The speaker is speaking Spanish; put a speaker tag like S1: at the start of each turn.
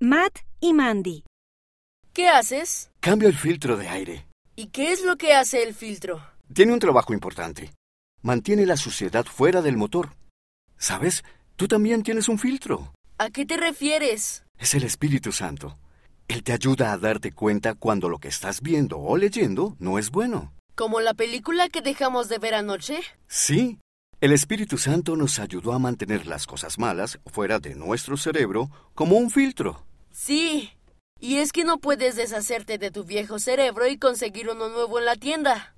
S1: Matt y Mandy.
S2: ¿Qué haces?
S3: Cambio el filtro de aire.
S2: ¿Y qué es lo que hace el filtro?
S3: Tiene un trabajo importante. Mantiene la suciedad fuera del motor. ¿Sabes? Tú también tienes un filtro.
S2: ¿A qué te refieres?
S3: Es el Espíritu Santo. Él te ayuda a darte cuenta cuando lo que estás viendo o leyendo no es bueno.
S2: ¿Como la película que dejamos de ver anoche?
S3: Sí. El Espíritu Santo nos ayudó a mantener las cosas malas fuera de nuestro cerebro como un filtro.
S2: Sí. Y es que no puedes deshacerte de tu viejo cerebro y conseguir uno nuevo en la tienda.